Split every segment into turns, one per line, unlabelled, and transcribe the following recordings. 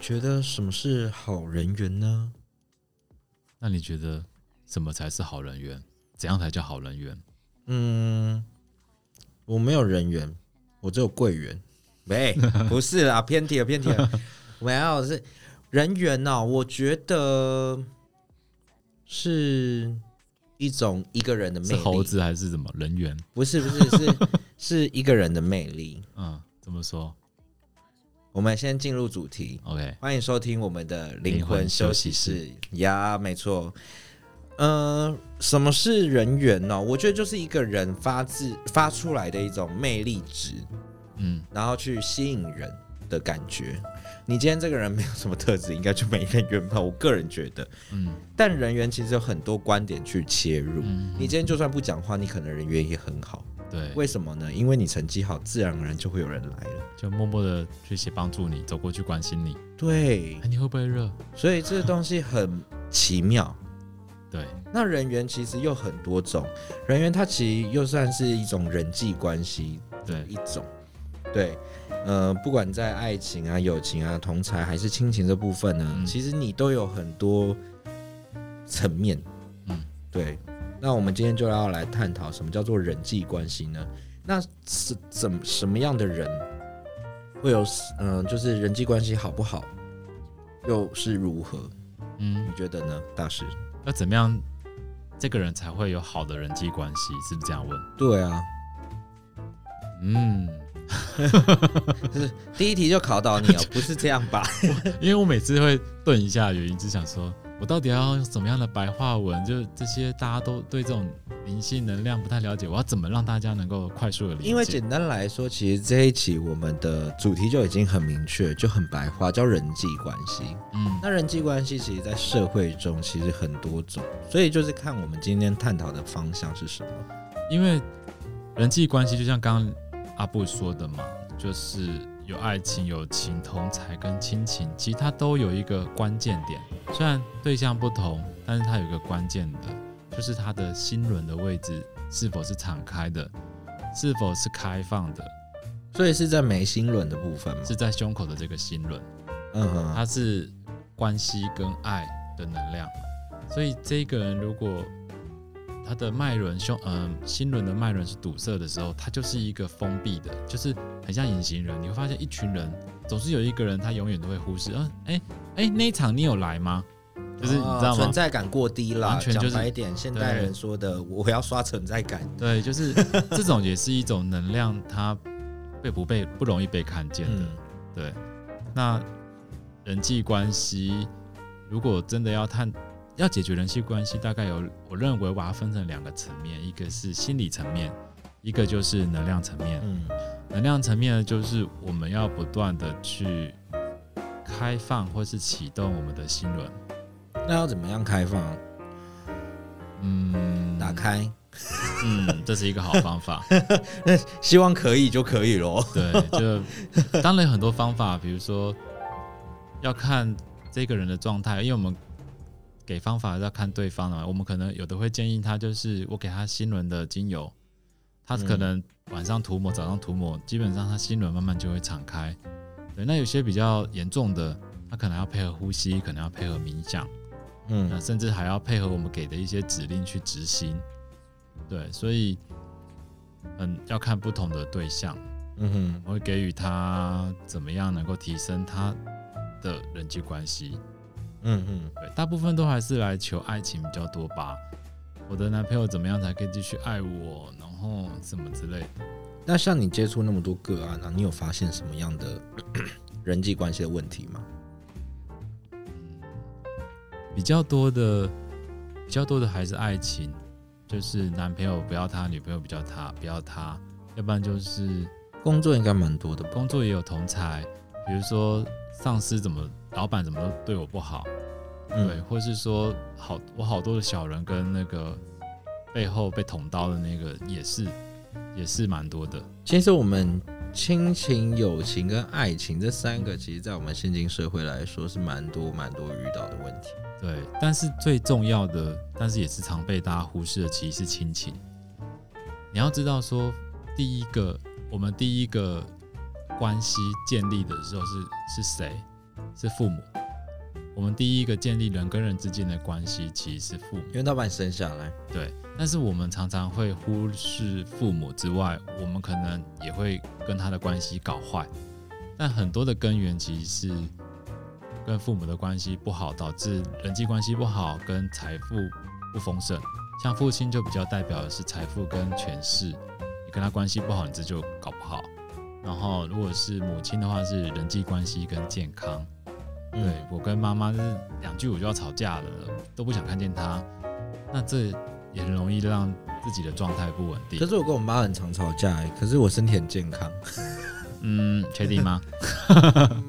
觉得什么是好人缘呢？
那你觉得什么才是好人缘？怎样才叫好人缘？
嗯，我没有人缘，我只有贵缘。喂， 不是啦，偏题了，偏题了。 没有是人缘呐、我觉得是一种一个人的魅
是
力，
猴子还是什么人缘？
不是不是 是是一个人的魅力。
嗯，怎么说
我们先进入主题，
？OK，
欢迎收听我们的灵
灵
魂
魂
休
休
息
息室
室呀没错。呃，什么是人缘呢、我觉得就是一个人发自发出来的一种魅力值，
嗯，
然后去吸引人的感觉。你今天这个人没有什么特质，应该就没人缘吧？我个人觉得，
嗯，
但人缘其实有很多观点去切入。你今天就算不讲话，你可能人缘也很好。
对，
为什么呢？因为你成绩好，自然而然就会有人来了。
就默默的去些帮助你，走过去关心你。
对
哎、，你会不会热？
所以这东西很奇妙。
对，
那人缘其实又很多种，人缘它其实又算是一种人际关系的
对，
一种，对，呃，不管在爱情啊、友情啊、同财还是亲情这部分呢，
嗯
其实你都有很多层面，嗯
嗯，
对。那我们今天就要来探讨什么叫做人际关系呢？那是怎么什么样的人会有嗯、呃就是人际关系好不好，又是如何？
嗯
你，觉得呢，大师？
要怎么样，这个人才会有好的人际关系？是不是这样问？
对啊，
嗯，
第一题就考倒 你哦，不是这样吧？
因为我每次会顿一下，原因是想说，我到底要用什么样的白话文？就这些大家都对这种灵性能量不太了解，我要怎么让大家能够快速的理解？
因为简单来说，其实这一期我们的主题就已经很明确，就很白话，叫人际关系。
嗯，
那人际关系其实，在社会中其实很多种，所以就是看我们今天探讨的方向是什么。
因为人际关系就像刚刚阿布说的嘛，就是有爱情、友情、同财跟亲情，其实它都有一个关键点。虽然对象不同，但是它有一个关键的，就是它的心轮的位置是否是敞开的，是否是开放的，
所以是在眉心轮的部分吗？
是啊在胸口的这个心轮，
嗯哼，
它是关系跟爱的能量。所以这个人如果他的脉轮胸嗯、心轮的脉轮是堵塞的时候，他就是一个封闭的，就是很像隐形人。你会发现一群人总是有一个人，他永远都会忽视，嗯、哎哎那一场你有来吗？就是你知
哦
道吗
存？在感过低啦，
完全就是
讲白一点，现代人说的，我要刷存在感。
对，就是这种也是一种能量，它被不被不容易被看见的。
嗯，
对，那人际关系如果真的要探要解决人际关系，大概有我认为把它分成两个层面，一个是心理层面，一个就是能量层面。
嗯
能量层面呢，就是我们要不断的去开放或是启动我们的心轮，
那要怎么样开放？
嗯，
打开，
嗯，这是一个好方法。
希望可以就可以咯。
对，就当然有很多方法，比如说要看这个人的状态，因为我们给方法要看对方的嘛。我们可能有的会建议他，就是我给他心轮的精油，他可能晚上涂抹，早上涂抹，基本上他心轮慢慢就会敞开。对，那有些比较严重的，他可能要配合呼吸，可能要配合冥想。那
嗯
甚至还要配合我们给的一些指令去执行。对，所以嗯，要看不同的对象，
嗯哼，
我会给予他怎么样能够提升他的人际关系。
嗯哼，
对，大部分都还是来求爱情比较多吧。我的男朋友怎么样才可以继续爱我，然后什么之类的。
那像你接触那么多个案啊，你有发现什么样的 人际关系的问题吗？
比较多的，比较多的还是爱情，就是男朋友不要他，女朋友比较他，不要他，要不然就是
工作应该蛮多的吧？
工作也有同才，比如说上司怎么、老板怎么都对我不好，对，
嗯，
或是说好我好多的小人跟那个背后被捅刀的那个也是也是蛮多的，
其实我们亲情、友情跟爱情这三个，其实在我们现今社会来说是蛮多蛮多遇到的问题。
对。但是最重要的，但是也是常被大家忽视的，其实是亲情。你要知道说，第一个我们第一个关系建立的时候是是谁，是父母。我们第一个建立人跟人之间的关系其实是父母，
因为他把你生下来，
对。但是我们常常会忽视父母之外，我们可能也会跟他的关系搞坏。但很多的根源其实是跟父母的关系不好，导致人际关系不好，跟财富不丰盛。像父亲就比较代表的是财富跟权势，你跟他关系不好，你这就搞不好。然后如果是母亲的话，是人际关系跟健康。
嗯
对我跟妈妈是两句我就要吵架了，都不想看见她，那这也很容易让自己的状态不稳定
可。是我跟我妈很常吵架、欸，可是我身体很健 康，
嗯，确定吗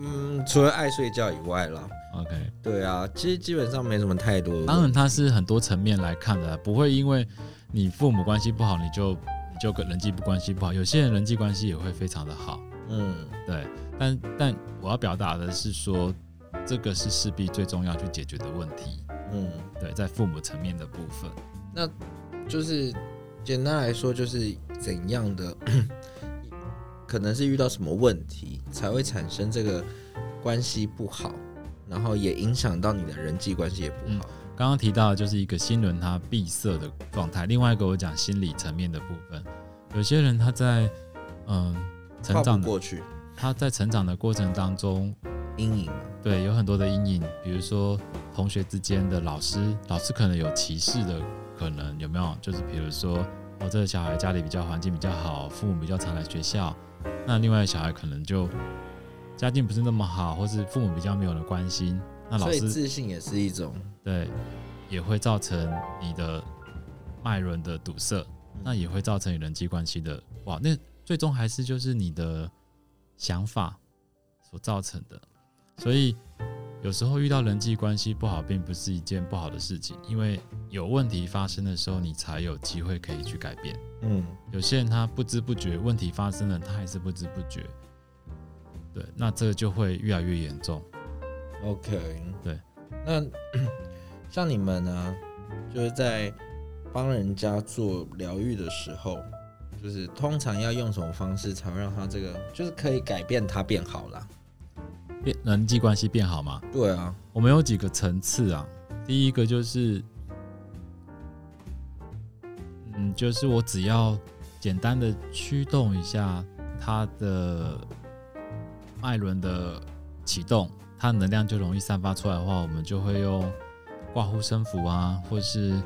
嗯，除了爱睡觉以外啦。
？OK，
对啊，其实基本上没什么太多的问题。
当然它是很多层面来看的，啊不会因为你父母关系不好，你就你就跟人际关系不好。有些人人际关系也会非常的好，
嗯，
对。但但我要表达的是说，这个是势必最重要去解决的问题。
嗯，
对，在父母层面的部分，
就是简单来说，就是怎样的， 可能是遇到什么问题才会产生这个关系不好，然后也影响到你的人际关系也不好。
刚刚提到的就是一个心轮它闭塞的状态，另外一个我讲心理层面的部分。有些人他在嗯成
跨
长
不
的
过去，
他在成长的过程当中，
阴影嘛。
对有很多的阴影，比如说同学之间的老师，老师可能有歧视的可能，有没有？就是比如说哦，这个小孩家里比较环境比较好，父母比较常来学校，那另外的小孩可能就家境不是那么好，或是父母比较没有人关心，那老
所以
师
自信也是一种，
对，也会造成你的脉轮的堵塞，那也会造成你人际关系的哇，那最终还是就是你的想法所造成的。所以有时候遇到人际关系不好，并不是一件不好的事情，因为有问题发生的时候，你才有机会可以去改变。
嗯，
有些人他不知不觉问题发生了，他还是不知不觉，对，那这就会越来越严重。
OK，
对。
那 像你们呢、就是在帮人家做疗愈的时候，就是通常要用什么方式才会让他这个，就是可以改变他变好啦？
变人际关系变好吗？
对啊，
我们有几个层次啊。第一个就是，嗯，就是我只要简单的驱动一下它的脉轮的启动，它能量就容易散发出来的话，我们就会用挂护身符啊，或是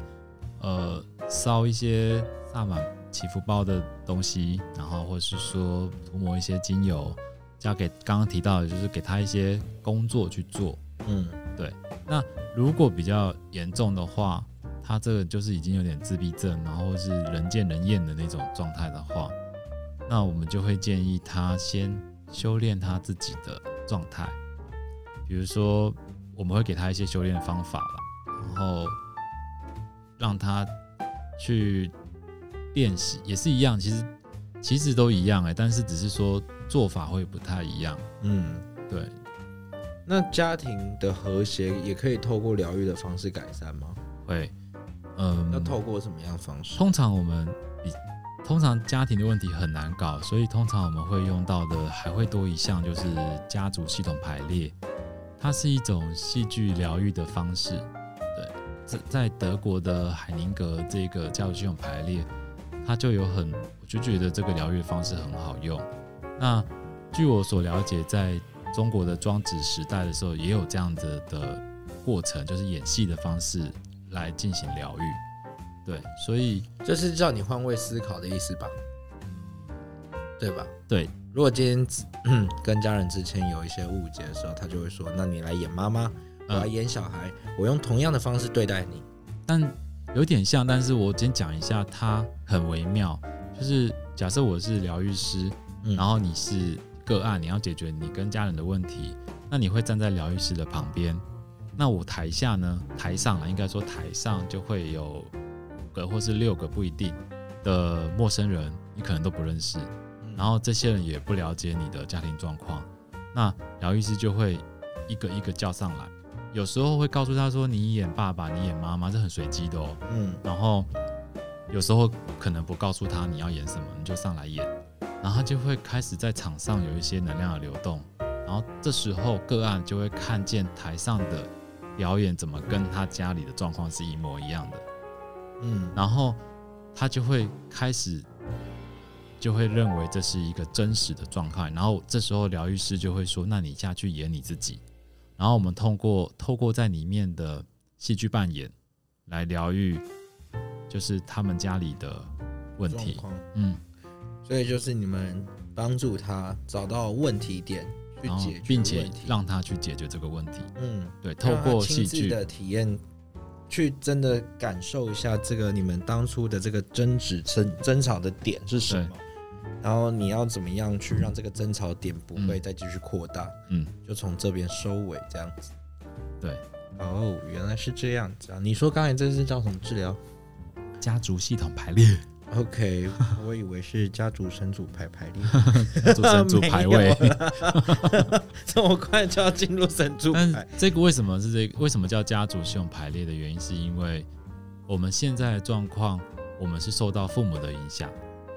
呃烧一些萨满祈福包的东西，然后或是说涂抹一些精油，交给刚刚提到的，就是给他一些工作去做。
嗯
如果比较严重的话，他这个就是已经有点自闭症，然后是人见人厌的那种状态的话，那我们就会建议他先修炼他自己的状态，比如说我们会给他一些修炼的方法啦然后让他去练习，也是一样，其实其实都一样哎、但是只是说做法会不太一样，
嗯。
对。
那家庭的和谐也可以透过疗愈的方式改善吗？
会，嗯，
要透过什么样的方式？
通常我们比通常家庭的问题很难搞，所以通常我们会用到的还会多一项就是家族系统排列，它是一种戏剧疗愈的方式。对，在在德国的海宁格这个家族系统排列，它就有很，我就觉得这个疗愈方式很好用。那据我所了解，在中国的庄子时代的时候，也有这样子的过程，就是演戏的方式来进行疗愈。对，所以
就是叫你换位思考的意思吧？对吧？
对。
如果今天自跟家人之间有一些误解的时候，他就会说：“那你来演妈妈，我
嗯
来演小孩，我用同样的方式对待你。
但有点像，但是我先讲一下，它很微妙。就是假设我是疗愈师，
嗯
然后你是个案，你要解决你跟家人的问题，那你会站在疗愈师的旁边。那我台下呢，台上啊，应该说台上就会有五个或是六个不一定的陌生人，你可能都不认识，
嗯
然后这些人也不了解你的家庭状况，那疗愈师就会一个一个叫上来，有时候会告诉他说你演爸爸，你演妈妈，这很随机的哦。
嗯
然后有时候可能不告诉他你要演什么，你就上来演，然后他就会开始在场上有一些能量的流动，然然后这时候个案就会看见台上的表演怎么跟他家里的状况是一模一样的，
嗯，
然后他就会开始就会认为这是一个真实的状态，然后这时候疗愈师就会说：“那你下去演你自己。”然后我们通过透过在里面的戏剧扮演来疗愈，就是他们家里的问
状
题。
况。
嗯，
所以就是你们帮助他找到问题点去
然后
解决，
并且
问题，
让他去解决这个问题。
嗯，
对，透
让他
过
亲
戏
自
剧
的体验，去真的感受一下这个你们当初的这个争执争争吵的点是什么，然后你要怎么样去让这个争吵点不会再继续扩大，
嗯，
就从这边收尾这样子。
对，
哦，原来是这样子啊！你说刚才这是叫什么治疗
家族系统排列、
？OK，我以为是家族神主排排列。
家族 神族
没有
排位。
这么快就要进入神助
但
牌
是？这个为什么是这个？为什么叫家族系统排列的原因，是因为我们现在的状况，我们是受到父母的影响。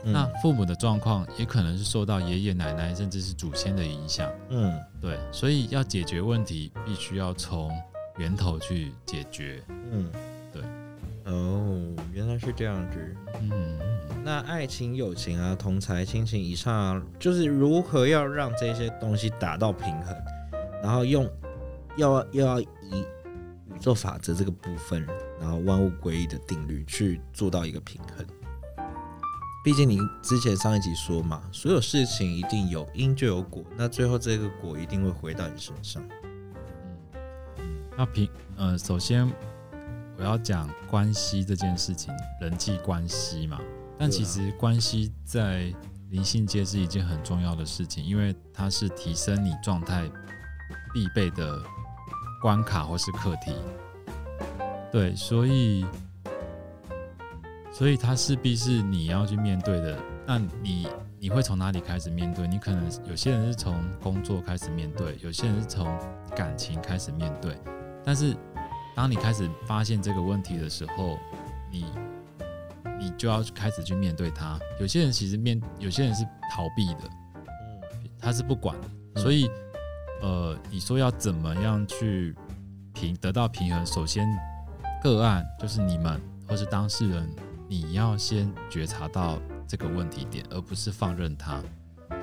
嗯
那父母的状况也可能是受到爷爷奶奶甚至是祖先的影响。
嗯
对，所以要解决问题，必须要从源头去解决。
嗯，
对。
哦，原来是这样子。
嗯，
那爱情、友情啊、同财、亲情以上、啊，就是如何要让这些东西达到平衡，然后用要又要以宇宙法则这个部分，然后万物归一的定律去做到一个平衡。毕竟你之前上一集说嘛，所有事情一定有因就有果，那最后这个果一定会回到你身上。
那平呃，首先我要讲关系这件事情，人际关系嘛。但
对啊
其实关系在灵性界是一件很重要的事情，因为它是提升你状态必备的关卡或是课题。对，所以所以它势必是你要去面对的。那你你会从哪里开始面对？你可能有些人是从工作开始面对，有些人是从感情开始面对。但是当你开始发现这个问题的时候，你你就要开始去面对它。有些人其实面，有些人是逃避的，
嗯
他是不管的。
嗯
所以，呃，你说要怎么样去平得到平衡？首先，个案就是你们或是当事人，你要先觉察到这个问题点，而不是放任它。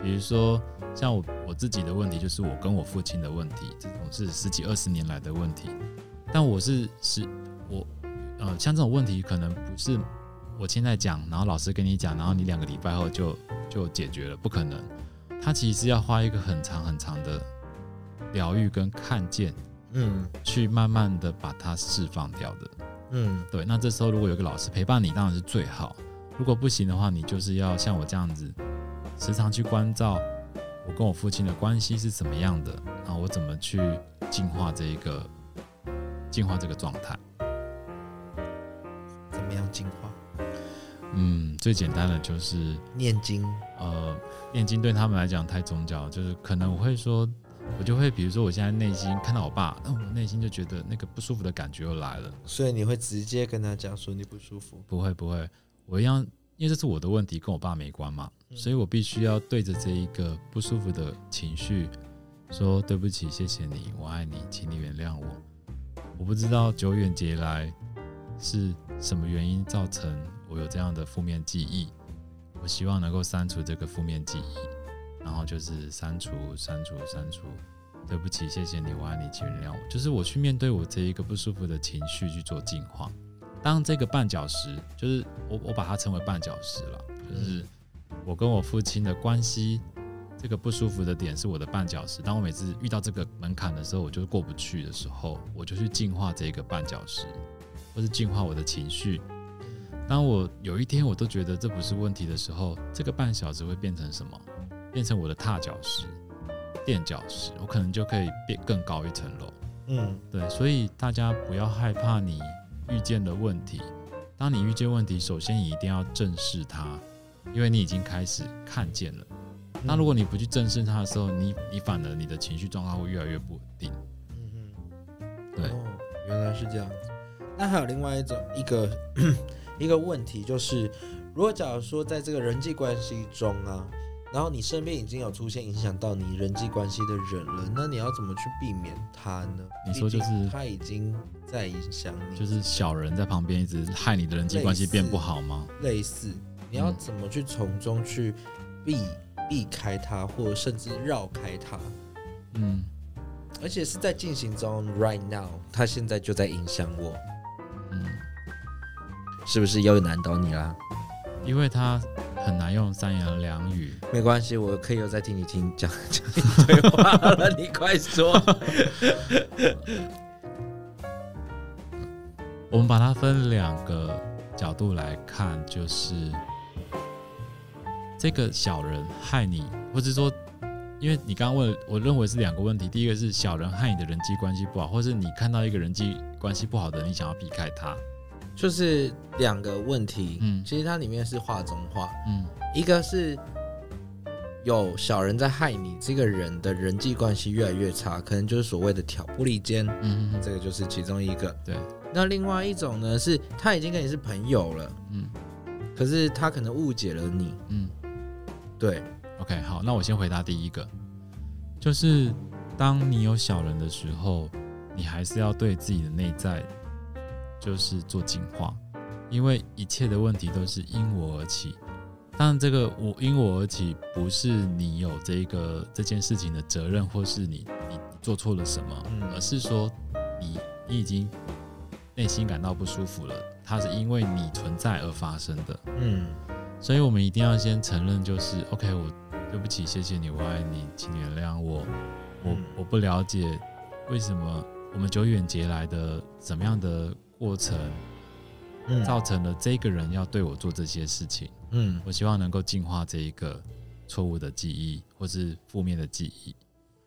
比如说，像我我自己的问题，就是我跟我父亲的问题，这种是十几二十年来的问题。但我是是，我呃，像这种问题可能不是我现在讲，然后老师跟你讲，然后你两个礼拜后就就解决了，不可能。它其实是要花一个很长很长的疗愈跟看见，
嗯
去慢慢的把它释放掉的。
嗯
对，那这时候如果有个老师陪伴你，当然是最好。如果不行的话，你就是要像我这样子，时常去关照我跟我父亲的关系是怎么样的，然后我怎么去净化这一个净化这个状态。
怎么样进化？
嗯，最简单的就是
念经。
呃，念经对他们来讲太宗教了，就是可能我会说，我就会比如说我现在内心看到我爸，嗯那我内心就觉得那个不舒服的感觉又来了。
所以你会直接跟他讲说你不舒服。
不会不会，我一样，因为这是我的问题，跟我爸没关嘛，
嗯
所以我必须要对着这一个不舒服的情绪说对不起，谢谢你，我爱你，请你原谅我。我不知道久远劫来是什么原因造成我有这样的负面记忆，我希望能够删除这个负面记忆，然后就是删除、删除、删除。对不起，谢谢你，我爱你，请原谅我。就是我去面对我这一个不舒服的情绪去做净化。当这个绊脚石，就是我我把它称为绊脚石了，就是我跟我父亲的关系，这个不舒服的点是我的绊脚石。当我每次遇到这个门槛的时候，我就是过不去的时候，我就去净化这个绊脚石，或是净化我的情绪。当我有一天我都觉得这不是问题的时候，这个绊脚石会变成什么？变成我的踏脚石、垫脚石，我可能就可以变更高一层楼。
嗯
对，所以大家不要害怕你遇见的问题。当你遇见问题，首先你一定要正视它，因为你已经开始看见了。
嗯
那如果你不去正视它的时候，你你反而你的情绪状况会越来越不稳定。
嗯嗯，
对
哦，原来是这样子。那还有另外一种一个 一个问题，就是如果假如说在这个人际关系中啊，然后你身边已经有出现影响到你人际关系的人了，那你要怎么去避免他呢？
你说就
毕
是
竟他已经在影响你，
就是小人在旁边一直害你的人际关系变不好吗？
类似，你
嗯
要怎么去从中去避避开它，或甚至绕开它，
嗯，
而且是在进行中，right now，它现在就在影响我，
嗯，
是不是又难倒你啦？
因为他很难用三言两语。
没关系，我可以又再听你听讲讲一堆话 了，你快说。
我们把它分两个角度来看，就是这个小人害你，或者说，因为你刚刚问了，我认为是两个问题。第一个是小人害你的人际关系不好，或是你看到一个人际关系不好的人，你想要避开他。
就是两个问题，
嗯
其实它里面是画中画，
嗯
一个是有小人在害你，这个人的人际关系越来越差，可能就是所谓的挑拨离间，
嗯嗯
这个就是其中一个。
对，
那另外一种呢，是他已经跟你是朋友了，
嗯
可是他可能误解了你，
嗯。
对，
OK，好，那我先回答第一个，就是当你有小人的时候，你还是要对自己的内在就是做净化，因为一切的问题都是因我而起。当然，这个我因我而起，不是你有这个这件事情的责任，或是你你做错了什么，
嗯
而是说你你已经内心感到不舒服了，它是因为你存在而发生的。
嗯，
所以我们一定要先承认，就是 OK，我对不起，谢谢你，我爱你，请原谅我，我
嗯
我不了解为什么我们久远劫来的怎么样的过程，
嗯
造成了这个人要对我做这些事情。
嗯
我希望能够净化这一个错误的记忆或是负面的记忆，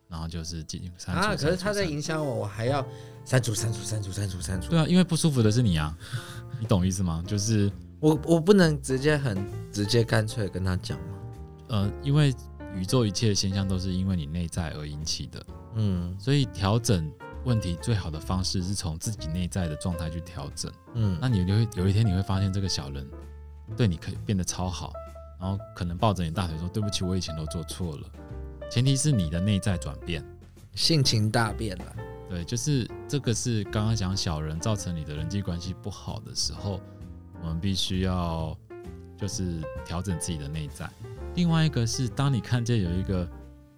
然后就是进删除。
啊，可是
删除
他在
删除
影响我，我还要删除删除删除删除删除
对，啊，因为不舒服的是你啊，你懂意思吗？就是
我我不能直接很直接干脆地跟他讲吗？
呃，因为宇宙一切的现象都是因为你内在而引起的。
嗯
所以调整问题最好的方式是从自己内在的状态去调整。
嗯
那你就会有一天你会发现这个小人对你可以变得超好，然后可能抱着你大腿说：“对不起，我以前都做错了。”前提是你的内在转变。
性情大变了。
对，就是这个是刚刚讲小人造成你的人际关系不好的时候，我们必须要就是调整自己的内在。另外一个是，当你看见有一个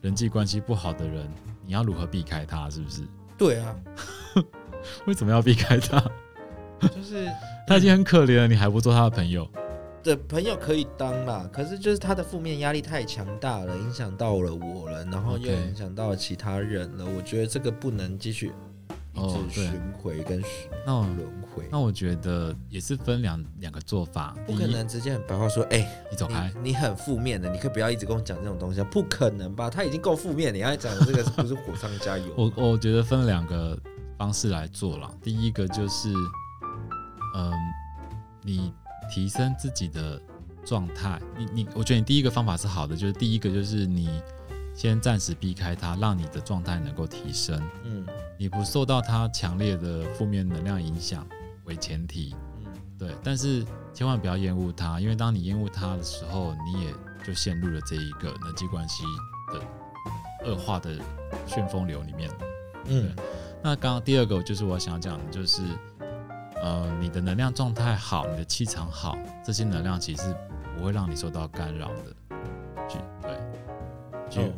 人际关系不好的人，你要如何避开他？是不是？
对啊，
为什么要避开他？
就是
他已经很可怜了，你还不做他的朋友？
的朋友可以当啦，可是就是他的负面压力太强大了，影响到了我了，然后又
OK
影响到了其他人了。我觉得这个不能继续一
哦
直
对
巡回跟循
那我
轮回，
那我觉得也是分两两个做法。
不可
第一，
能直接很白话说，哎、
你走开。
你你很负面的，你可以不要一直跟我讲这种东西啊，不可能吧？他已经够负面，你还讲这个是不是火上加油？
我我觉得分两个方式来做啦。第一个就是，嗯，你提升自己的状态。你你，我觉得你第一个方法是好的，就是第一个就是你先暂时避开它，让你的状态能够提升，
嗯
你不受到它强烈的负面能量影响为前提。
嗯
对，但是千万不要厌恶它，因为当你厌恶它的时候，你也就陷入了这一个人际关系的恶化的旋风流里面。
嗯
那刚刚第二个就是我想要讲的，就是呃，你的能量状态好，你的气场好，这些能量其实不会让你受到干扰的。举对，举、
哦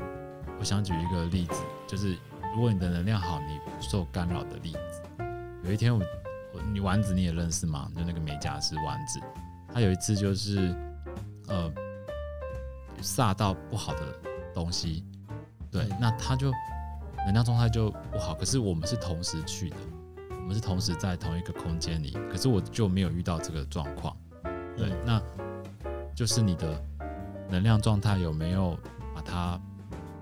我想举一个例子，就是如果你的能量好，你不受干扰的例子。有一天我，我你丸子你也认识嘛？就那个美甲师丸子，他有一次就是呃煞到不好的东西，对，
嗯
那他就能量状态就不好。可是我们是同时去的，我们是同时在同一个空间里，可是我就没有遇到这个状况。对，
嗯
那就是你的能量状态有没有把它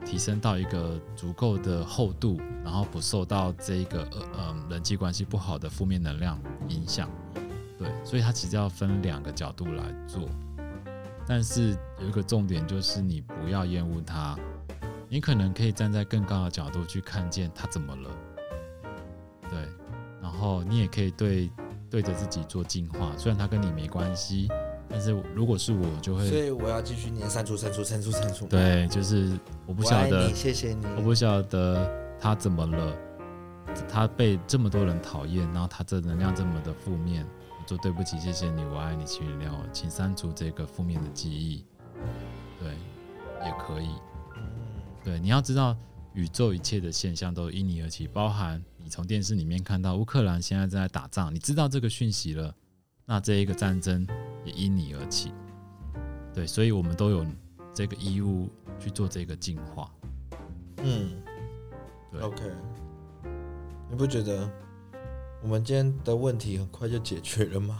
提升到一个足够的厚度，然后不受到这个呃嗯人际关系不好的负面能量影响。对，所以它其实要分两个角度来做，但是有一个重点就是你不要厌恶它，你可能可以站在更高的角度去看见它怎么了。对，然后你也可以对对着自己做净化，虽然它跟你没关系，但是如果是我，就
所
会
以我要继续念删除、删除、删除、删除。，
对，就是我不
我
晓
爱
得
你，，谢谢你。
我不晓得他怎么了，他被这么多人讨厌，然后他这能量这么的负面，我说对不起，谢谢你，我爱你，请原谅我，请删除这个负面的记忆。对，也可以。对，你要知道，宇宙一切的现象都因你而起，包含你从电视里面看到乌克兰现在正在打仗，你知道这个讯息了，那这一个战争也因你而起。对，所以我们都有这个义务去做这个进化。
嗯，
对
OK，你不觉得我们今天的问题很快就解决了吗？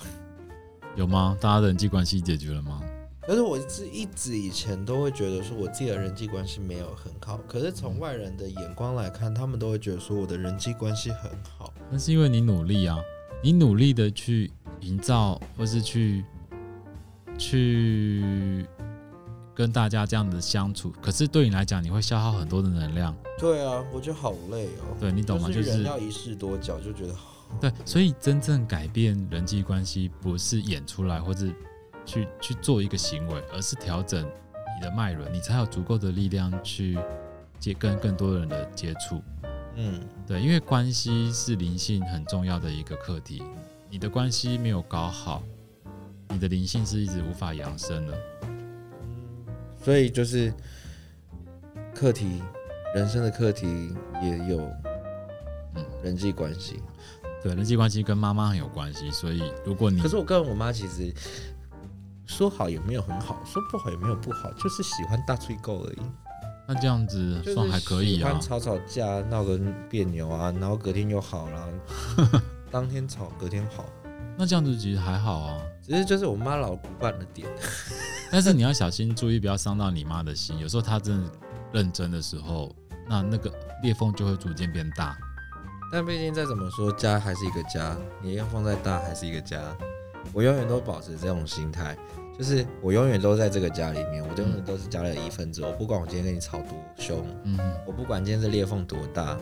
有吗？大家的人际关系解决了吗？
但是我是一直以前都会觉得说我自己的人际关系没有很好，可是从外人的眼光来看，他们都会觉得说我的人际关系很好。
那是因为你努力啊，你努力的去营造，或是去去跟大家这样的相处，可是对你来讲，你会消耗很多的能量，
对啊，我觉得好累哦。
对你懂吗？
就
就是
人
是
要一试多角，就觉得哦
对，所以真正改变人际关系，不是演出来，或是去去做一个行为，而是调整你的脉轮，你才有足够的力量去接跟更多人的接触。
嗯，
对，因为关系是灵性很重要的一个课题，你的关系没有搞好，你的灵性是一直无法扬升的。
所以就是课题，人生的课题也有
嗯
人际关系。
对，人际关系跟妈妈很有关系，所以如果你
可是我跟我妈其实说好也没有很好，说不好也没有不好，就是喜欢大吹狗而已，
那这样子
就是
算还可以
喜
啊
欢，吵吵架，闹个别扭啊，然后隔天又好 了，当天吵隔天好，
那这样子其实还好啊。
只是就是我妈老古板了点。
但是你要小心注意，不要伤到你妈的心。有时候她真的认真的时候，那那个裂缝就会逐渐变大。
但毕竟再怎么说，家还是一个家，你要放在大还是一个家。我永远都保持这种心态，就是我永远都在这个家里面，我永远都是家里的一份子。我不管我今天跟你吵多凶，
嗯哼，
我不管今天这裂缝多大，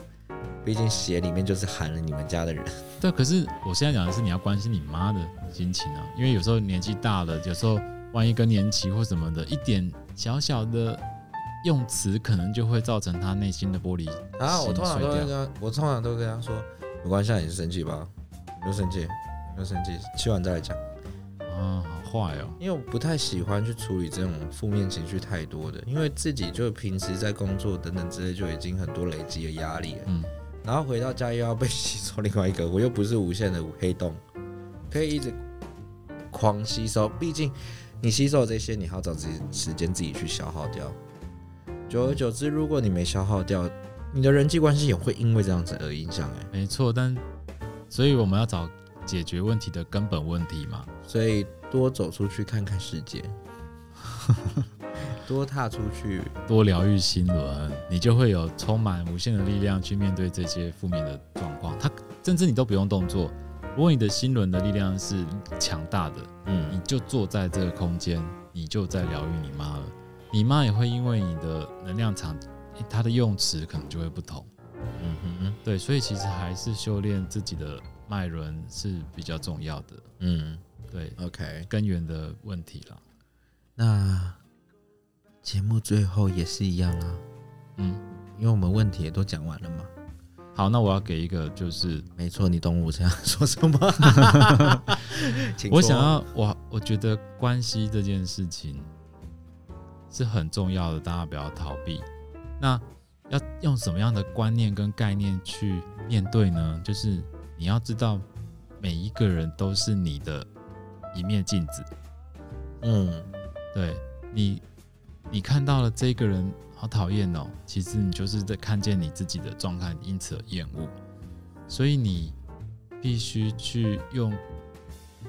毕竟血里面就是含了你们家的人。
对。可是我现在讲的是你要关心你妈的心情啊，因为有时候年纪大了，有时候万一更年期或什么的，一点小小的用词，可能就会造成她内心的玻璃心碎
啊，我通常都会跟
掉。
他，我通常都会跟他说，没关系啊，你就生气吧，你就生气，你就生气，气完再来讲。
啊，好坏哦。
因为我不太喜欢去处理这种负面情绪太多的，因为自己就平时在工作等等之类就已经很多累积的压力了，
嗯，
然后回到家又要被吸收另外一个，我又不是无限的黑洞，可以一直狂吸收。毕竟你吸收这些，你还要找自己时间自己去消耗掉。久而久之，如果你没消耗掉，你的人际关系也会因为这样子而影响哎、
没错。但所以我们要找解决问题的根本问题嘛。
所以多走出去看看世界， 多踏出去。
多疗愈心轮，你就会有充满无限的力量去面对这些负面的状况。它甚至你都不用动作，如果你的心轮的力量是强大的，
嗯
你就坐在这个空间，你就在疗愈你妈了。你妈也会因为你的能量场，它的用词可能就会不同。
嗯哼，
对，所以其实还是修炼自己的脉轮是比较重要的。
嗯
对，
，OK。
根源的问题啦。
那节目最后也是一样啊，
嗯，
因为我们问题也都讲完了嘛。
好，那我要给一个就是
没错，你懂我想说什 么。请
我
说
想，要，我我觉得关系这件事情是很重要的，大家不要逃避。那要用什么样的观念跟概念去面对呢？就是你要知道，每一个人都是你的一面镜子。
嗯，
对你，你看到了这个人好讨厌哦，其实你就是在看见你自己的状态，因此而厌恶。所以你必须去用，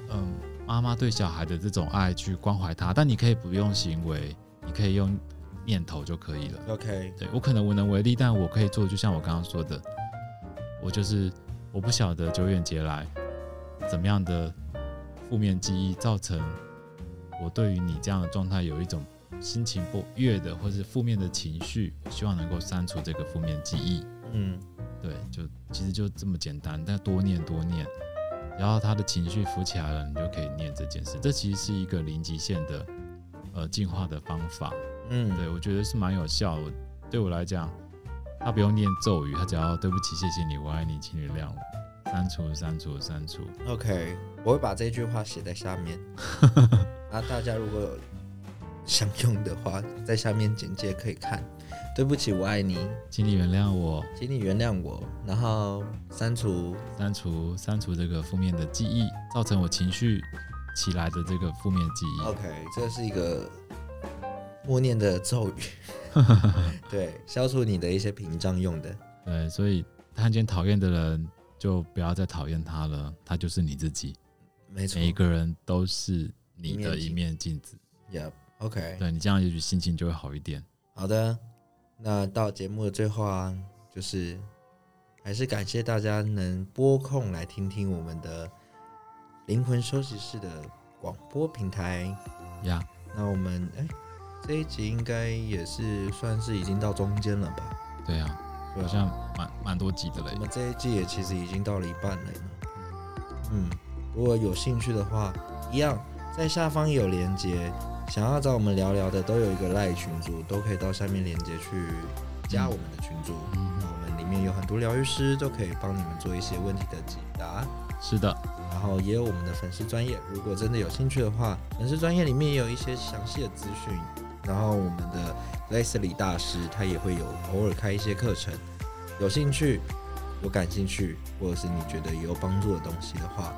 嗯，妈妈对小孩的这种爱去关怀他，但你可以不用行为，你可以用念头就可以了。
OK，
对我可能无能为力，但我可以做，就像我刚刚说的，我就是我不晓得久远劫来怎么样的负面记忆造成我对于你这样的状态有一种心情不悦的或是负面的情绪，我希望能够删除这个负面记忆。
嗯，
对，就其实就这么简单，但多念多念，然后他的情绪浮起来了，你就可以念这件事。这其实是一个零极限的呃进化的方法，
嗯，
对我觉得是蛮有效的。对我来讲，他不用念咒语，他只要对不起、谢谢你、我爱你，请原谅我，删除、删除、删除。
OK，我会把这句话写在下 面。啊，大家如果有想用的话，在下面简介可以看。对不起，我爱你，
请你原谅我，
请你原谅我。然后删除，
删除删除这个负面的记忆，造成我情绪起来的这个负面记忆。
OK，这是一个默念的 咒语，对，消除你的一些屏障用的。
对，所以看见讨厌的人，就不要再讨厌他了，他就是你自己。
没错
每一个人都是你的
一面镜
一面镜子，
，Yep，OK，、
对你这样也许心情就会好一点。
好的，那到节目的最后啊，就是还是感谢大家能拨空来听听我们的灵魂休息室的广播平台。
呀、
那我们哎、这一集应该也是算是已经到中间了吧？
对啊，
对
好
啊
像蛮蛮多集的嘞
我。们这一季也其实已经到了一半了嘛。嗯，如果有兴趣的话，一样在下方也有连接，想要找我们聊聊的都有一个赖群组，都可以到下面连接去加我们的群组。那
嗯，
我们里面有很多疗愈师，都可以帮你们做一些问题的解答。
是的，
然后也有我们的粉丝专业，如果真的有兴趣的话，粉丝专业里面也有一些详细的资讯。然后我们的 Leslie 大师他也会有偶尔开一些课程，有兴趣、有感兴趣，或者是你觉得有帮助的东西的话，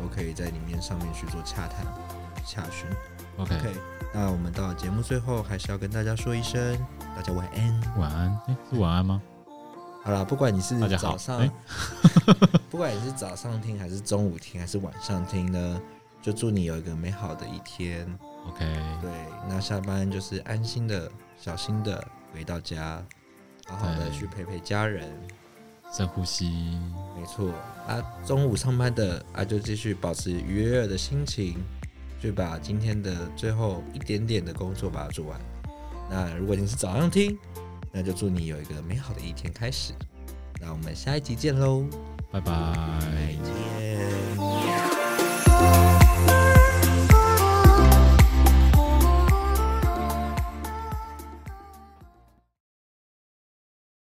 都可以在里面上面去做洽谈、洽询。
，OK，,
OK，那我们到节目最后还是要跟大家说一声，大家晚安。
晚安。诶，是晚安吗？
好啦，不管你是
大家好
早上
哎，
不管你是早上听还是中午听还是晚上听呢，就祝你有一个美好的一天。
OK，
对，那下班就是安心的、小心的回到家，好好的
对
去陪陪家人。
深呼吸，
没错啊，中午上班的啊，就继续保持愉悦的心情，去把今天的最后一点点的工作把它做完。那如果你是早上听，那就祝你有一个美好的一天开始。那我们下一集见喽，
拜拜。
见。